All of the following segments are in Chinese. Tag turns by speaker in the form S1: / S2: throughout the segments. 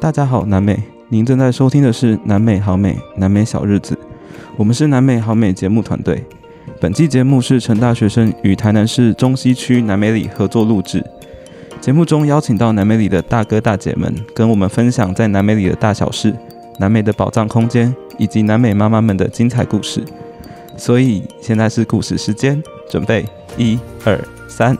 S1: 大家好，南美，您正在收听的是《南美好美南美小日子》，我们是南美好美节目团队。本期节目是成大学生与台南市中西区南美里合作录制。节目中邀请到南美里的大哥大姐们，跟我们分享在南美里的大小事、南美的宝藏空间，以及南美妈妈们的精彩故事。所以现在是故事时间，准备一二三。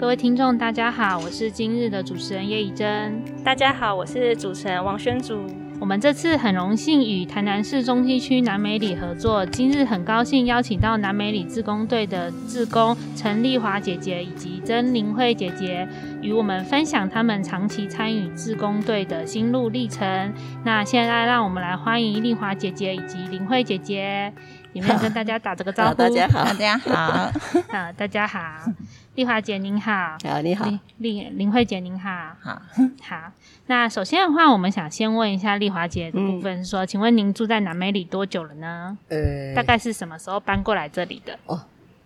S2: 各位听众，大家好，我是今日的主持人叶以真。
S3: 大家好，我是主持人王宣竹。
S2: 我们这次很荣幸与台南市中西区南美里合作，今日很高兴邀请到南美里自工队的志工陈丽华姐姐以及曾玲慧姐姐，与我们分享他们长期参与自工队的心路历程。那现在让我们来欢迎丽华姐姐以及玲慧姐姐，你们跟大家打这个 招呼。
S4: 大家好，
S5: 大家好，
S2: 好，大家好，丽华姐您好，
S4: 好你好，
S2: 丽丽林慧姐您好，
S4: 好
S2: 好。那首先的话，我们想先问一下丽华姐的部分
S4: 嗯
S2: 说，请问您住在南美里多久了呢？
S4: 呃，
S2: 大概是什么时候搬过来这里的？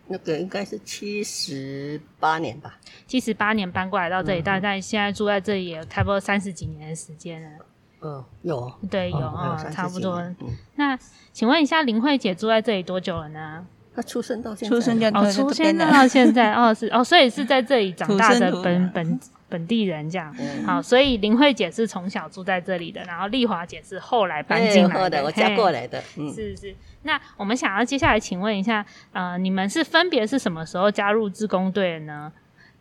S4: 那个应该是七十八年吧，
S2: 七十八年搬过来到这里，
S4: 嗯
S2: 大概现在住在这里也差不多三十几年的时间了。
S4: 嗯，有哦，
S2: 对，有
S4: 还
S2: 哦
S4: 30
S2: 差不
S4: 几
S2: 多
S4: 年。嗯，
S2: 那请问一下，林慧姐住在这里多久了呢？
S4: 他出生到现在，
S5: 出 生就
S2: 哦，
S5: 到
S2: 出生
S5: 这边
S2: 到
S5: 了，
S2: 现在，哦是哦，所以是在这里长大的
S5: 土生土
S2: 本
S5: 长
S2: 本本地人这样。
S4: 嗯
S2: 好，所以林慧姐是从小住在这里的，然后丽华姐是后来搬
S4: 哎
S2: 进
S4: 好
S2: 来的，
S4: 我
S2: 嘿
S4: 嫁过。来的，嗯，
S2: 是是，那我们想要接下来请问一下，呃，你们是分别是什么时候加入自工队的呢？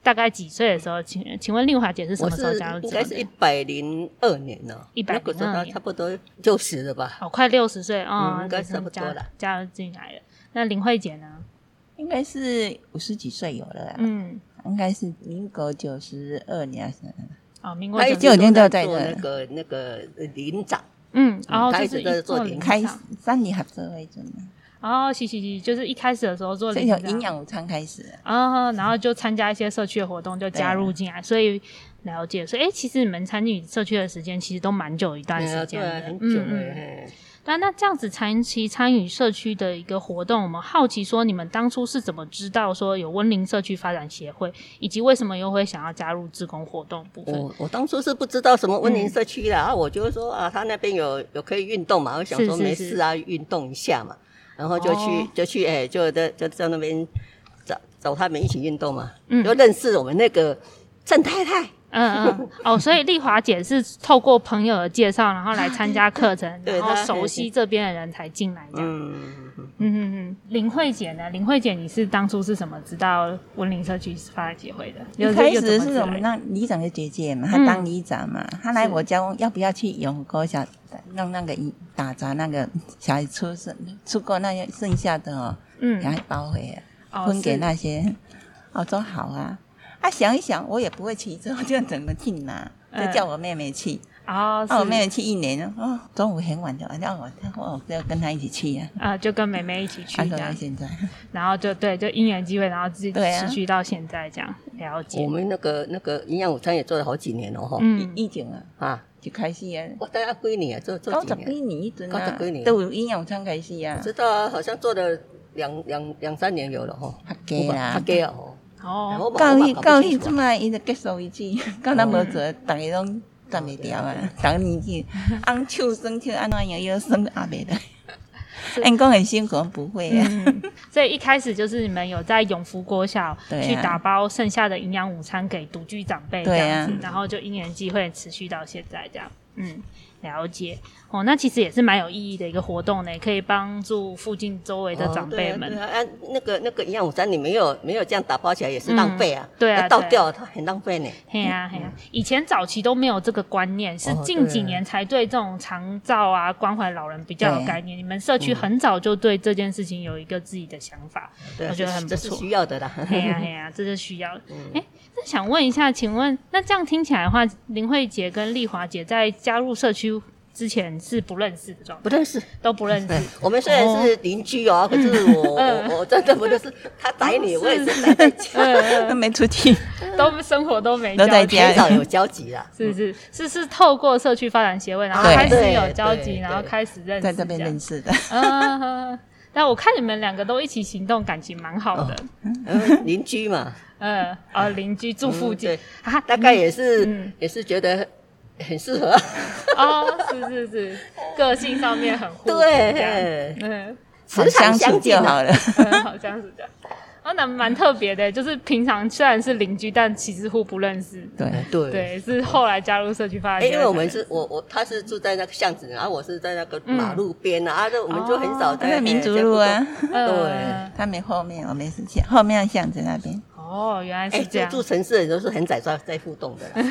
S2: 大概几岁的时候？请请问丽华姐是什
S4: 我
S2: 么时候
S4: 是
S2: 加入
S4: 应
S2: 自
S4: 该
S2: 工
S4: 是一
S2: 队？
S4: 百零二年了，
S2: 102
S4: 那个时候
S2: 年
S4: 差不多六十了吧，
S2: 哦，快六十岁哦，
S4: 嗯应该
S2: 就是
S4: 差不多
S2: 加
S4: 了
S2: 加入进来了。那林慧姐呢？
S5: 应该是五十几岁有了啦，
S2: 嗯，
S5: 应该是民国九十二年，
S2: 哦，民国
S4: 他一
S2: 九
S4: 直
S5: 就已经
S4: 都
S5: 都
S4: 在
S5: 在
S4: 做
S5: 这
S4: 那个那个呃林长，
S2: 嗯，然后
S4: 他
S2: 就
S4: 一直
S2: 是
S4: 都在
S2: 一
S4: 做
S2: 零
S4: 营
S5: 开始
S2: 场
S5: 三年合作为准嘛，
S2: 哦，是是是，就是一开始的时候做
S5: 所
S2: 零
S5: 以从
S2: 场
S5: 营养午餐开始啊，
S2: 啊、然后就参加一些社区的活动，就加入进来，所以了解。所以，哎、其实你们参与社区的时间其实都蛮久一段
S4: 哎呀
S2: 时
S4: 对
S2: 间的，
S4: 啊，很久了，
S2: 嗯嗯。
S4: 哎
S2: 那那这样子长期参与社区的一个活动，我们好奇说，你们当初是怎么知道说有温林社区发展协会，以及为什么又会想要加入志工活动部分？
S4: 我我当初是不知道什么温
S2: 嗯
S4: 宁社区啦，啊，我就说啊，他那边有有可以运动嘛，我想
S2: 是
S4: 说
S2: 是
S4: 没
S2: 是
S4: 事啊，运动一下嘛，然后就去、
S2: 哦
S4: 就去哎、就在就在那边找找他们一起运动嘛，
S2: 嗯
S4: 就认识我们那个郑太太，
S2: 嗯嗯，哦，所以丽华姐是透过朋友的介绍，然后来参加课程，
S4: 对
S2: 然后
S4: 她
S2: 熟悉这边的人才进来这样。
S4: 嗯，
S2: 嗯嗯嗯，林慧姐呢？林慧姐，你是当初是怎么知道文林社区发展协会的？
S5: 一
S2: 有
S5: 开
S2: 有怎
S5: 始
S2: 么
S5: 是
S2: 知
S5: 我
S2: 道
S5: 们
S2: 的
S5: 那里长的姐姐嘛，
S2: 嗯
S5: 她当里长嘛，她来我家问要不要去永和国小弄那个一打杂那个小孩出生出过那些剩下的哦，然
S2: 嗯，
S5: 后包回来。
S2: 哦
S5: 分给
S2: 是
S5: 那些。我说好啊，啊想一想，我也不会骑车，就怎么去拿？就
S2: 嗯
S5: 叫我妹妹去，
S2: 哦，是
S5: 啊，我妹妹去一年哦，中午很晚的，那我我就跟她一起去呀、
S2: 啊，就跟妹妹一起去
S5: 啊，按
S2: 这
S5: 照到
S2: 样，
S5: 现在，
S2: 然后就对，就因缘机会，然后自己
S5: 对啊
S2: 持续到现在这样了解
S4: 我。们那个那个营养午餐也做了好几年了哈，
S2: 嗯，
S5: 一一九啊
S4: 啊，
S5: 就开始啊，
S4: 我大概归你啊，做
S2: 哦
S4: 做
S5: 九
S4: 几
S5: 十
S4: 年，
S5: 几年一阵啊
S4: 九十几，年
S5: 都有营养午餐开始啊，
S4: 知道啊，好像做了两两两三年有了哈，
S5: 客家
S4: 他
S5: 啦。
S4: 给啊哦，然
S2: 哦，
S4: 后我
S5: 教
S4: 我
S5: 育
S4: 搞不
S5: 教育
S4: 清楚
S5: 怎么伊就结束一句， 到咱无做，大家拢赚袂掉啊！逐个年纪，按手酸手安怎样腰酸也袂得。因讲很辛苦，不会啊。
S2: 嗯， 所以一开始就是你们有在永福国小
S5: 对啊
S2: 去打包剩下的营养午餐给独居长辈这
S5: 对啊
S2: 样子，然后就因缘机会持续到现在这样。嗯，了解哦，那其实也是蛮有意义的一个活动呢，可以帮助附近周围的长辈们。
S4: 哦对啊对啊啊那个那个营养午餐你没有没有这样打包起来也是浪费啊，
S2: 嗯对啊
S4: 要倒
S2: 对啊
S4: 掉它很浪费呢。
S2: 嘿呀嘿呀，啊
S5: 嗯
S2: 以前早期都没有这个观念，
S5: 哦
S2: 是近
S5: 啊
S2: 几年才对这种长照啊、关怀老人比较有概念。你们社
S5: 嗯
S2: 区很早就对这件事情有一个自己的想法，
S4: 对啊
S2: 我觉得很不
S4: 这是这
S2: 错啊
S4: 是需 要的啦。
S2: 嘿呀嘿呀，这是需要的。
S4: 嗯
S2: 哎那想问一下，请问那这样听起来的话，林慧姐跟丽华姐在加入社区之前是不认识的状态，
S4: 不认识。
S2: 都不认识。
S4: 对，我们虽然是邻 居哦，可是我
S2: 嗯哦
S4: 我我真的不认识，他逮你，
S2: 是
S4: 我也是逮在家，
S5: 都
S2: 嗯，
S5: 没出去，
S2: 嗯都生活都没
S5: 都在
S2: 交集
S5: 家
S4: 很少有交集 啦。
S2: 是是是是透过社区发展协会，然后
S5: 对
S2: 开始有交
S4: 对
S2: 集，
S4: 对
S2: 然后开始认识，
S5: 在这边认
S2: 识。
S5: 识的。
S2: 嗯，嗯但我看你们两个都一起行动，感情蛮好的。
S4: 嗯邻居嘛，
S2: 嗯，哦，邻居住附近
S4: 嗯
S2: 啊，
S4: 大概也是
S2: 嗯
S4: 也是觉得很 适合。啊
S2: 哦，是是是，个性上面很互补这样，
S4: 对，
S2: 嗯，
S5: 好
S4: 磁场
S5: 相处
S4: 相近
S5: 就
S4: 啊
S5: 好了，
S2: 嗯好像是这样。哦，那蛮特别的，就是平常虽然是邻居，但其实互不认识。
S5: 对，
S4: 哎 对。
S2: 对，是后来加入社区发
S4: 哎
S2: 展协会才认识。
S4: 因为我们是我我他是住在那个巷子，然后我是在那个马路边啊，啊，这我们就很
S2: 哦
S4: 少
S5: 他
S4: 在
S5: 在民族路
S4: 哎
S5: 啊，，
S2: 嗯，
S5: 他们后面我们是巷后面的巷子那边，
S2: 哦，原来
S4: 哎，
S2: 是这
S4: 住
S2: 样。
S4: 住城市的人都是很窄在在互动的啦，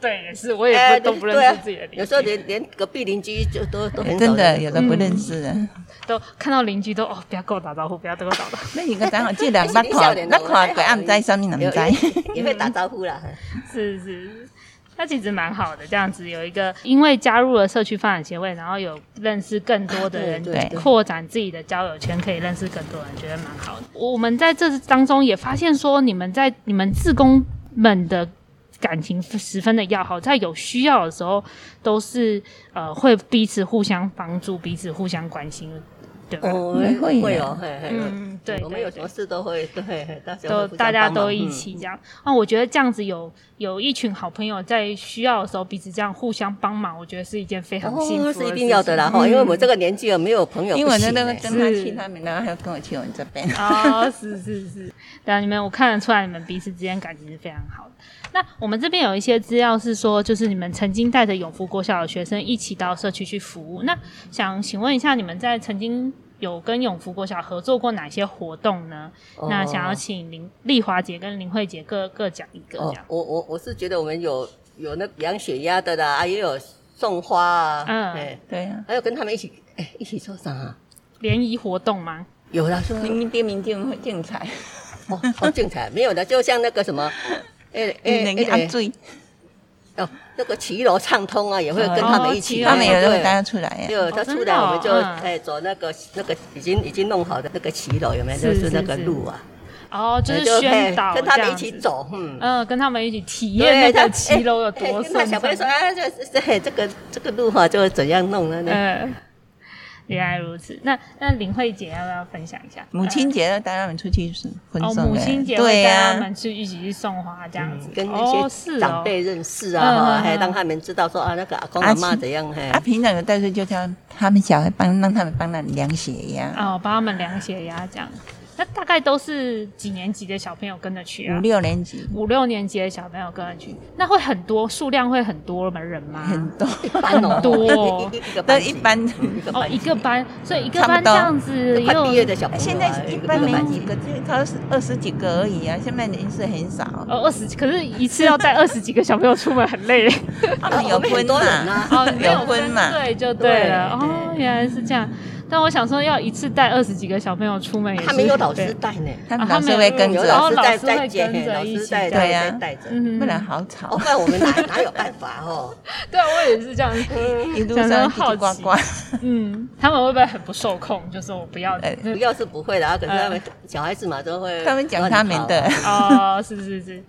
S2: 对，也是，我也不、
S4: 哎
S2: 都
S4: 对
S2: 不认
S4: 对
S2: 识
S4: 啊
S2: 自己的邻居，
S4: 有时候连连隔壁邻居就都都很少嗯
S5: 真的
S4: 在
S5: 有的不认识的。
S2: 都看到邻居都哦，不要跟我打招呼，不要跟我打招呼，
S5: 那你个咱好 这人捌
S4: 你少
S5: 看，
S4: 年
S5: 捌
S4: 哦还
S5: 看
S4: 好
S5: 过，啊毋知啥物，
S4: 有
S5: 毋
S4: 有
S5: 知。
S4: 也 会打招呼啦。
S2: 是是。那其实蛮好的，这样子有一个，因为加入了社区发展协会，然后有认识更多的人，
S4: 对
S5: 对对
S2: 扩展自己的交友圈，可以认识更多人，觉得蛮好的。我我们在这当中也发现说，你们在你们志工们的感情十分的要好，在有需要的时候都是呃会彼此互相帮助，彼此互相关心，对吧？
S4: 哦
S5: 嗯会
S4: 会
S5: 啊
S4: 哦，嘿嘿
S2: 嗯对对
S4: 我们有什么
S2: 对
S4: 事都会对，嘿大家
S2: 都
S4: 会互相
S2: 大家
S4: 帮忙嗯
S2: 都一起这样。啊，我觉得这样子有有一群好朋友在需要的时候彼此这样互相帮忙，我觉得是一件非常
S4: 嗯
S2: 幸福
S4: 哦，
S2: 的事
S4: 是
S2: 情、哎
S4: 一定要的啦哈，因为我们这个年纪了，没有朋友
S5: 因为
S4: 不
S5: 我
S4: 行
S5: 那个
S4: 欸。
S5: 跟他
S2: 是
S5: 去他们那，还有跟我去我们这边。
S2: 哦，是是是，对啊，你们我看得出来，你们彼此之间感情是非常好的。那我们这边有一些资料是说，就是你们曾经带着永福国小的学生一起到社区去服务。那想请问一下，你们在曾经有跟永福国小合作过哪些活动呢？
S4: 哦
S2: 那想要请林丽华姐跟林慧姐各各讲一个这
S4: 哦
S2: 样。，
S4: 我我我是觉得我们有有那养血压的啦，啊也有送花啊，
S2: 嗯
S4: 哎
S5: 对啊，
S4: 还有跟他们一起哎一起做啥啊？
S2: 联谊活动吗？
S4: 有啦，说
S5: 明明店面店会精彩，
S4: 哦好精彩，没有的，就像那个什么。哎
S5: 你能去按
S4: 哎
S5: 水，
S4: 哎！哦，那个骑楼畅通啊，也会跟他们一
S2: 哦骑
S4: 起。
S2: 楼
S5: 他们有
S4: 哎
S5: 的会
S4: 对
S5: 带他出来啊呀。
S4: 就他出来，我们就
S2: 真的哦嗯
S4: 哎走那个那个已经已经弄好的那个骑楼有没有？
S2: 是
S4: 就是那
S2: 是
S4: 个
S2: 是
S4: 路啊，
S2: 哦，就是
S4: 哎
S2: 宣
S4: 哎
S2: 导
S4: 跟他
S2: 这
S4: 们一
S2: 样
S4: 起
S2: 子，
S4: 走，嗯。
S2: 嗯，跟他们一起体验那
S4: 对，
S2: 个
S4: 他
S2: 骑楼有多
S4: 哎哎跟他
S2: 顺
S4: 小朋友说
S2: 畅。
S4: 啊，这这嘿这个这个路哈，就怎样弄啊？那
S2: 嗯，原来如此。那那林慧姐要不要分享一下
S5: 母亲节要带他们出去是婚
S2: 哦，
S5: 送的，
S2: 母亲节会
S5: 对啊
S2: 带他
S5: 呀，
S2: 们去一起去送花这样子，
S4: 啊嗯跟
S2: 哦
S4: 那
S2: 是
S4: 些
S2: 哦
S4: 长辈认识
S2: 嗯
S4: 啊，哈
S2: 嗯
S4: 还
S2: 嗯
S4: 让他们知道说啊，那个阿公
S5: 啊
S4: 阿妈
S5: 亲
S4: 怎样嘿
S5: 啊，。平常有带出去就叫他们小孩帮，让他们帮他量血压，
S2: 哦，帮他们量血压这样。那大概都是几年级的小朋友跟着去
S4: 嗯
S2: 啊
S5: 五？六年级
S2: 五六年级的小朋友跟着去，那会很多数量会很多的人吗？
S5: 很多，
S4: 一般哦，
S2: 多
S4: 一一一个
S5: 但
S4: 班级嗯
S5: 一般
S4: 一个
S2: 哦，
S4: 班
S2: 一个
S4: 级
S2: 班，所以一个
S5: 差不
S2: 班这
S5: 多
S2: 样子
S4: 快
S2: 又
S4: 毕业的小朋友啊，
S5: 哎现在一
S4: 个
S5: 般没
S4: 班级
S5: 几个，就他二十几个而已啊，现在人是很少。
S2: 呃，二十，可是一次要带二十几个小朋友出门很累。
S5: 他们有婚
S4: 我们很多人
S5: 嘛
S4: 啊，
S2: 哦，你没
S5: 有婚
S2: 分
S5: 嘛，
S2: 对，就对了。
S4: 对
S2: 哦，原来是这样。但我想说，要一次带二十几个小朋友出门也是
S4: 他们有老
S2: 对
S4: 师带呢，
S5: 他们
S2: 啊他
S5: 老
S2: 们
S5: 师会跟
S2: 有
S4: 哦有
S2: 然
S5: 着
S2: 后，
S4: 老师
S2: 老
S4: 带
S2: 师会
S4: 带接
S2: 跟着
S4: 嘿，老
S2: 一
S4: 师
S2: 起
S4: 带
S5: 这样
S4: 带
S5: 对啊
S4: 带着。
S2: 嗯，
S5: 不然好吵
S4: 哦，。不然我们哪哪有办法哦？
S2: 对啊我也是这样。
S5: 一路
S2: 想说
S5: 上叽
S2: 好
S5: 叽呱
S2: 奇
S5: 呱，
S2: 嗯，他们会不会很不受控？就说我不要。
S5: 哎
S4: 不要是不会的，啊，可是他
S2: 嗯
S4: 们小孩子嘛都会，
S5: 他们讲他们的，
S2: 哦，是是是。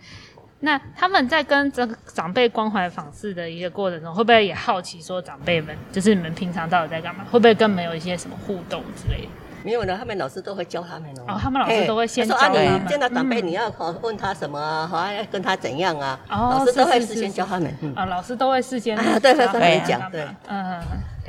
S2: 那他们在跟这个长辈关怀访视的一个过程中，会不会也好奇说长辈们，就是你们平常到底在干嘛？会不会跟你们有一些什么互动之类的？
S4: 没有呢，他们老师都会教他们哦。
S2: 哦他们老师都会先
S4: 嘿他说
S5: 教他
S4: 啊，
S5: 们
S4: 你见到长辈
S2: 嗯
S4: 你要好问他什么啊，好要跟他怎样啊？
S2: 哦
S4: 老师都会
S2: 是是
S4: 事先
S2: 是
S4: 教他们，嗯
S2: 啊，老师都会事先
S4: 啊 对会
S2: 教
S4: 跟
S5: 你
S2: 们干
S5: 讲
S2: 嘛
S4: 对
S2: 嗯，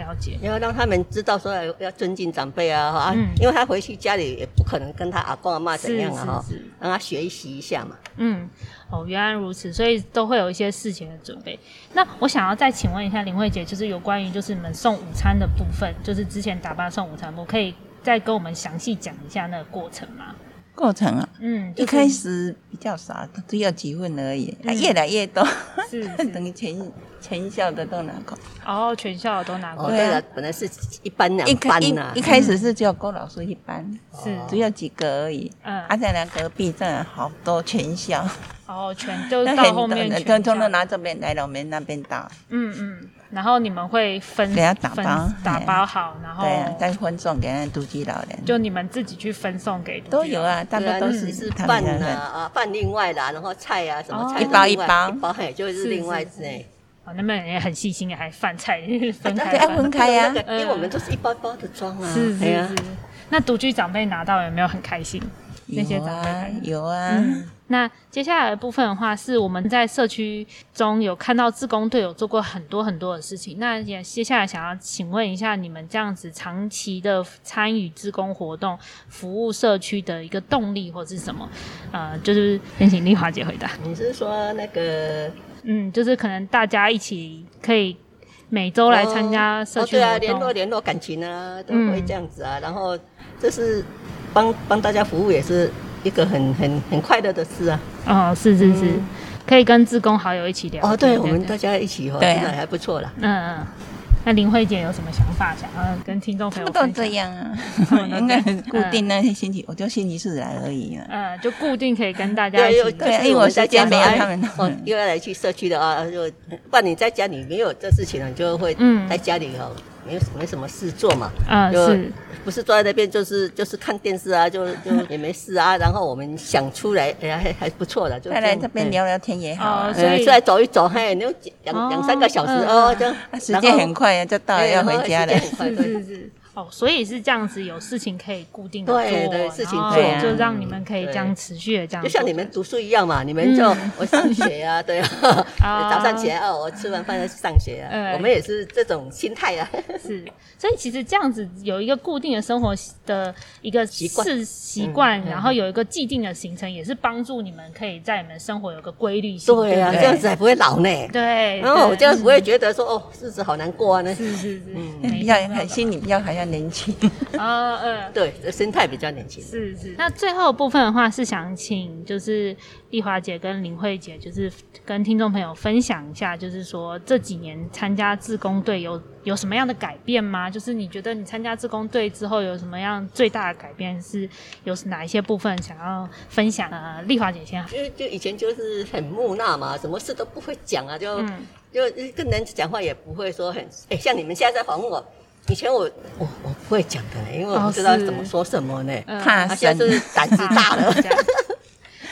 S2: 了解，
S4: 要让他们知道说要要尊敬长辈啊，哈啊
S2: 嗯，
S4: 因为他回去家里也不可能跟他阿公阿妈怎
S2: 是
S4: 样啊，哈
S2: 是，是，
S4: 让他学习一下嘛。
S2: 嗯，哦，原来如此，所以都会有一些事情的准备。那我想要再请问一下林慧姐，就是有关于就是你们送午餐的部分，就是之前打扮送午餐部，可以再跟我们详细讲一下那个过程吗？
S5: 过程啊，
S2: 嗯，就
S5: 一
S2: 是
S5: 开始比较少，只有几份而已，啊
S2: 嗯
S5: 越来越多，
S2: 是是
S5: 等于全全校的都拿过。
S2: 哦，全校都拿
S4: 哦，
S2: 过，
S5: 对啊
S4: 对了，本来是一啊班两
S5: 一开
S4: 班
S5: 一
S4: 呐
S5: 一，开始是只有郭老师一班，
S2: 是
S4: 哦
S5: 只有几个而已。
S2: 嗯，
S5: 啊，再来隔壁真的好多全校，
S2: 哦，全就是
S5: 那
S2: 到后
S5: 很多
S2: 面
S5: 人
S4: 啊
S2: 全
S5: 通通
S2: 校
S5: 都拿这边来了，我们那边打。
S2: 嗯嗯，然后你们会分
S5: 给他打
S4: 哎
S2: 分
S5: 包
S2: 打
S5: 嘿
S2: 包好，然后
S5: 对啊，再分送给那独居老人，
S2: 哦就你们自己去分送给独
S5: 都
S2: 居
S5: 有
S2: 老人。
S5: 啊，大部
S4: 对啊
S5: 分都
S4: 就是是
S5: 他
S4: 饭
S5: 们的
S4: 呐
S5: 人。
S4: 啊，饭另外啦，然后菜啊什么
S2: 哦
S4: 菜
S2: 一
S4: 都
S5: 包
S4: 另
S5: 一
S4: 外
S5: 包
S4: 一包嘿，就是
S2: 是
S4: 另外
S2: 是
S4: 之类。
S2: 哦，那么人也很细心，还饭菜 分
S4: 那
S2: 开
S5: 对，
S4: 对
S5: 要
S4: 啊
S2: 分
S5: 分开呀、
S4: 那个因为我
S2: 嗯
S4: 们都是一包包的装啊，
S2: 是是
S4: 哎呀
S2: 是。那独居长辈拿到有没有很开心？那些
S5: 有
S2: 长辈嗯
S5: 啊
S2: 来的，
S5: 有啊，
S2: 那接下来的部分的话，是我们在社区中有看到志工队有做过很多很多的事情。那也接下来想要请问一下，你们这样子长期的参与志工活动，服务社区的一个动力或是什么？呃，就是先请丽华姐回答。
S4: 你是说那个
S2: 嗯，就是可能大家一起可以每周来参加社区
S4: 哦哦对
S2: 活
S4: 啊，联
S2: 动，
S4: 络联络感情啊，都
S2: 嗯
S4: 会这样子啊。然后这是帮帮大家服务，也是一个很很很快乐的事啊。
S2: 哦，是是是，
S4: 嗯
S2: 可以跟志工好友一起聊天。
S4: 哦，对，我们
S2: 对
S4: 大家一起哦，
S5: 对啊
S4: 真的还不错啦。
S2: 嗯嗯。那林慧姐有什么想法想要跟听众朋
S5: 差
S2: 友
S5: 不
S2: 分
S5: 多
S2: 享？
S5: 这样啊
S2: 差不多，哦这样
S5: 应该很 固定那些星期，我就星期四来而已啊。
S2: 呃，就固定可以跟大家一
S4: 对，又
S2: 起。
S5: 对啊
S4: 就
S5: 因
S4: 是
S5: 为
S4: 我
S5: 我
S4: 们在
S5: 时
S4: 家里
S5: 间没有他
S4: 哎
S5: 们嗯了，
S4: 哦，又要来去社区的啊，就不然你在家里没有这事情了，你就会
S2: 嗯
S4: 在家里哦，没有没什么事做嘛，
S2: 嗯，，
S4: 就是不是坐在那边就是就是看电视啊，就 就也没事啊。然后我们想出来，哎呀，还还不错的，就
S5: 再来
S4: 样
S5: 这边
S4: 哎
S5: 聊聊天也好啊
S2: 哦，所以
S4: 呃，出来走一走，嘿，你有几
S2: 哦
S4: 两两三个小时
S2: 嗯
S4: 哦，这样
S5: 啊时间很快啊，就到了
S4: 对
S5: 要回家了
S4: 然后时。间很快
S2: 是
S4: 对
S2: 是是。哦，所以是这样子，有事情可以固定的做，
S4: 对对
S2: 然后
S4: 事情
S5: 做对啊
S2: 就让你们可以这样
S4: 对
S2: 持续的这样
S4: 就
S2: 做。
S4: 像你们读书一样嘛，你们就
S5: 嗯
S4: 我上学啊，对 啊，
S5: 哦
S2: 啊
S4: 早上起来哦，我吃完饭再去上学
S2: 嗯
S4: 啊，我们也是这种心态啊。
S2: 是，所以其实这样子有一个固定的生活的一个
S4: 习惯
S2: 是习惯，
S4: 嗯嗯
S2: 然后有一个既定的行程，也是帮助你们可以在你们生活有个规律性。
S4: 对啊，
S2: 不
S4: 这样子还不会老呢。
S2: 对，
S4: 然后我
S2: 对嗯
S4: 这样不会觉得说哦，日子好难过啊，那
S2: 是是是，
S5: 比较很心里比较好像年轻，
S2: 啊嗯。
S4: 对，这心态比较年轻。
S2: 是是，那最后的部分的话是想请就是丽华姐跟林慧姐，就是跟听众朋友分享一下，就是说这几年参加志工队有有什么样的改变吗？就是你觉得你参加志工队之后有什么样最大的改变？是有哪一些部分想要分享？呃，丽华姐先好，
S4: 因为就以前就是很木讷嘛，什么事都不会讲啊，就、
S2: 嗯
S4: 就跟人讲话也不会说很哎、像你们现在在访问我，以前我我我不会讲的呢，因为我
S2: 哦
S4: 不知道
S2: 是
S4: 怎么说什么呢。
S2: 嗯
S5: 怕
S4: 啊，现在是胆子大
S2: ，
S4: 了
S2: 这样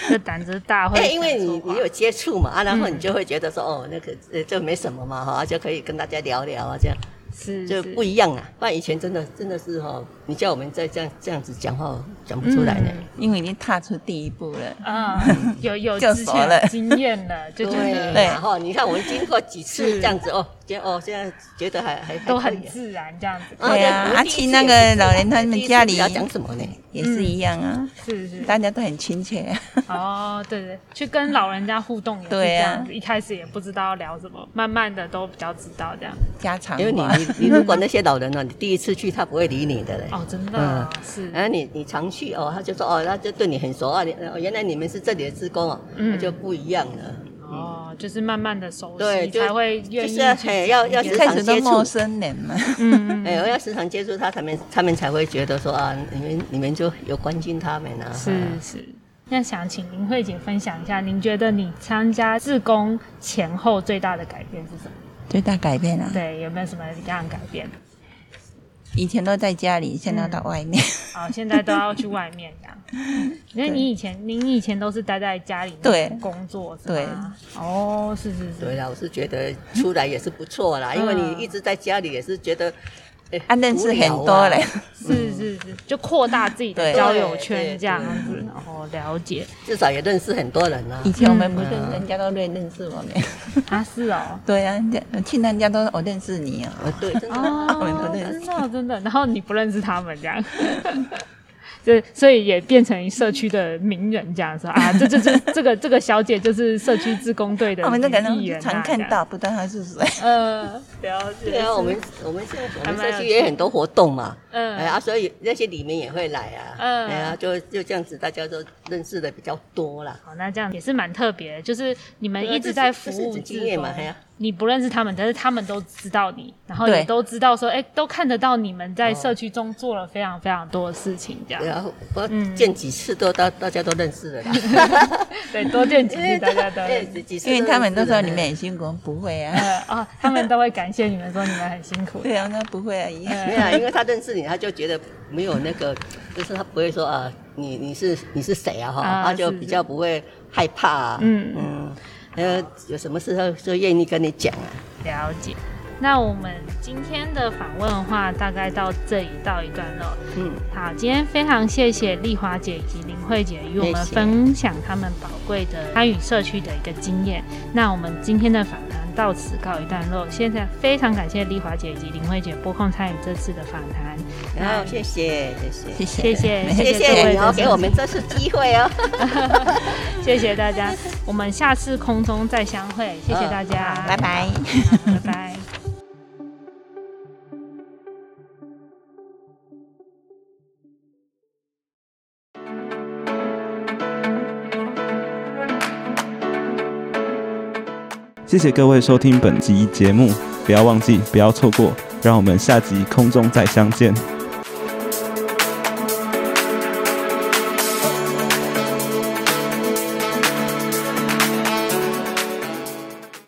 S2: 这胆子大会
S4: 哎、
S2: 想说话，
S4: 因为你你有接触嘛啊，然后
S2: 嗯
S4: 你就会觉得说、哦，那个呃这没什么嘛哈、就可以跟大家聊聊啊，这样
S2: 是
S4: 就是不一样啊。不然以前真的真的是哈、哦，你叫我们再这样这样子讲话，讲不出来呢。
S2: 嗯
S5: 因为已经踏出第一步了。
S2: 啊，有 有
S5: 就
S2: 之
S5: 熟
S2: 前
S5: 了
S2: 的经验了，就觉得
S5: 对
S4: 然啊后你看我们经过几次
S2: 是
S4: 这样子哦，觉得哦现在觉得还还
S2: 都
S4: 还可
S2: 很
S4: 以啊
S2: 自然这样子，
S5: 对啊啊去那个老人他们家里
S4: 要讲什么呢？
S5: 也
S2: 嗯
S5: 是一样啊，
S2: 是是
S5: 大家都很亲切啊。
S2: 哦，对对，去跟老人家互动也是这
S5: 对啊
S2: 样子，一开始也不知道要聊什么，慢慢的都比较知道这样。
S5: 家常
S4: 因为你
S5: 话，
S4: 你你如果那些老人哦呢，你第一次去他不会理你的嘞。
S2: 哦，真的哦、是，
S4: 然后你你常去哦，他就说哦，他就对你很熟啊，你哦原来你们是这里的职工哦，
S2: 嗯
S4: 那就不一样了。
S2: 哦，就是慢慢的熟
S4: 对
S2: 悉，
S4: 就
S2: 才会愿意
S4: 就是
S2: 去
S4: 嘿
S2: 讲
S4: 要要
S2: 一
S5: 一
S2: 些
S4: 时
S5: 开
S4: 常
S5: 始
S4: 接触
S5: 都陌生人 嘛，
S2: 嗯，嗯
S4: 哎，我要时常接触他，他们他们才会觉得说啊，你们你们就有关心他们啊。
S2: 是是。那想请林慧姐分享一下，您觉得你参加志工前后最大的改变是什么？
S5: 最大改变啊，
S2: 对，有没有什么样的改变？
S5: 以前都在家里，现在要到外面。
S2: 哦，现在都要去外面这样。 因为你以前，您以前都是待在家里面
S5: 对
S2: 工作是吗？哦，是是
S4: 对
S2: 是，
S4: 啦，我是觉得出来也是不错
S2: 嗯
S4: 啦，因为你一直在家里也是觉得，哎
S5: 啊，认识很多嘞，，
S2: 是是是，就扩大自己的
S5: 嗯对
S2: 交友
S4: 对
S2: 圈
S4: 对
S2: 这样子，然后了解
S4: 无聊啊至少也认识很多人啊
S5: 以。前我们不是
S4: 嗯
S5: 人家都认认识我们，
S2: 啊，是 哦。
S5: 对啊，人家去那人家都我认识你啊，
S4: 呃对，真的。
S5: 我们
S2: 哦，
S5: 不认识
S2: 真的真的，然后你不认识他们这样， 这所以也变成社区的名人这样说啊，这这这这个这个小姐就是社区志工 队的
S5: 我们这个
S2: 一员
S5: 人
S2: 啊
S5: 常看，到，不知道他是谁。
S2: 这样呃，了解，
S4: 对啊，我们我们现在我
S2: 还
S4: 们
S2: 蛮有
S4: 社区也很多活动嘛，
S2: 嗯
S4: 哎呀，所以那些里面也会来啊，
S2: 嗯
S4: 哎呀，就就这样子，大家都认识的比较多啦。
S2: 好，那这样也是蛮特别的，就是你们
S4: 对啊
S2: 一直在服
S4: 这是
S2: 务
S4: 这是
S2: 志
S4: 经验
S2: 工
S4: 嘛哎呀
S2: 你不认识他们，但是他们都知道你，然后
S5: 对
S2: 也都知道说，哎、都看得到你们在
S4: 哦啊
S2: 社区中做了非常非常多的事情，这样、
S4: 然后我
S2: 嗯
S4: 见几次都大大家都认识了啦，
S2: 对，多见几
S4: 因
S2: 次
S4: 为
S2: 大家都
S4: 对几几次
S5: 因
S4: 都
S5: 为他们都
S4: 认识
S5: 说
S4: 了哎
S5: 你们很辛苦，不会 啊，
S2: 呃哦，他们都会感谢你们说你们很辛苦，
S5: 对啊，那不会啊，一样。
S4: 没有啊，因为他认识你，他就觉得没有那个， 就是他不会说啊，你你是你是谁啊哈，
S2: 啊
S4: 他就是比较不会害怕啊，
S2: 嗯
S4: 嗯，呃，有什么事他就愿意跟你讲啊。
S2: 了解。那我们今天的访问的话，大概到这里到一段落。
S4: 嗯，
S2: 好，今天非常谢谢丽华姐以及林慧姐与我们
S4: 谢谢
S2: 分享她们宝贵的参与社区的一个经验。那我们今天的访谈到此告一段落。现在非常感谢丽华姐以及林慧姐拨空参与这次的访谈，
S4: 然后谢谢谢谢
S2: 谢
S5: 谢
S2: 谢
S5: 谢
S4: 谢
S2: 各位
S4: 谢你
S2: 的
S4: 哦，给
S2: 收
S4: 我
S2: 听
S4: 们这次机会哦，
S2: 谢谢大家，我们下次空中再相会，谢谢大家，
S5: 嗯拜拜。
S2: 拜拜。
S1: 谢谢各位收听本集节目，不要忘记，不要错过，让我们下集空中再相见，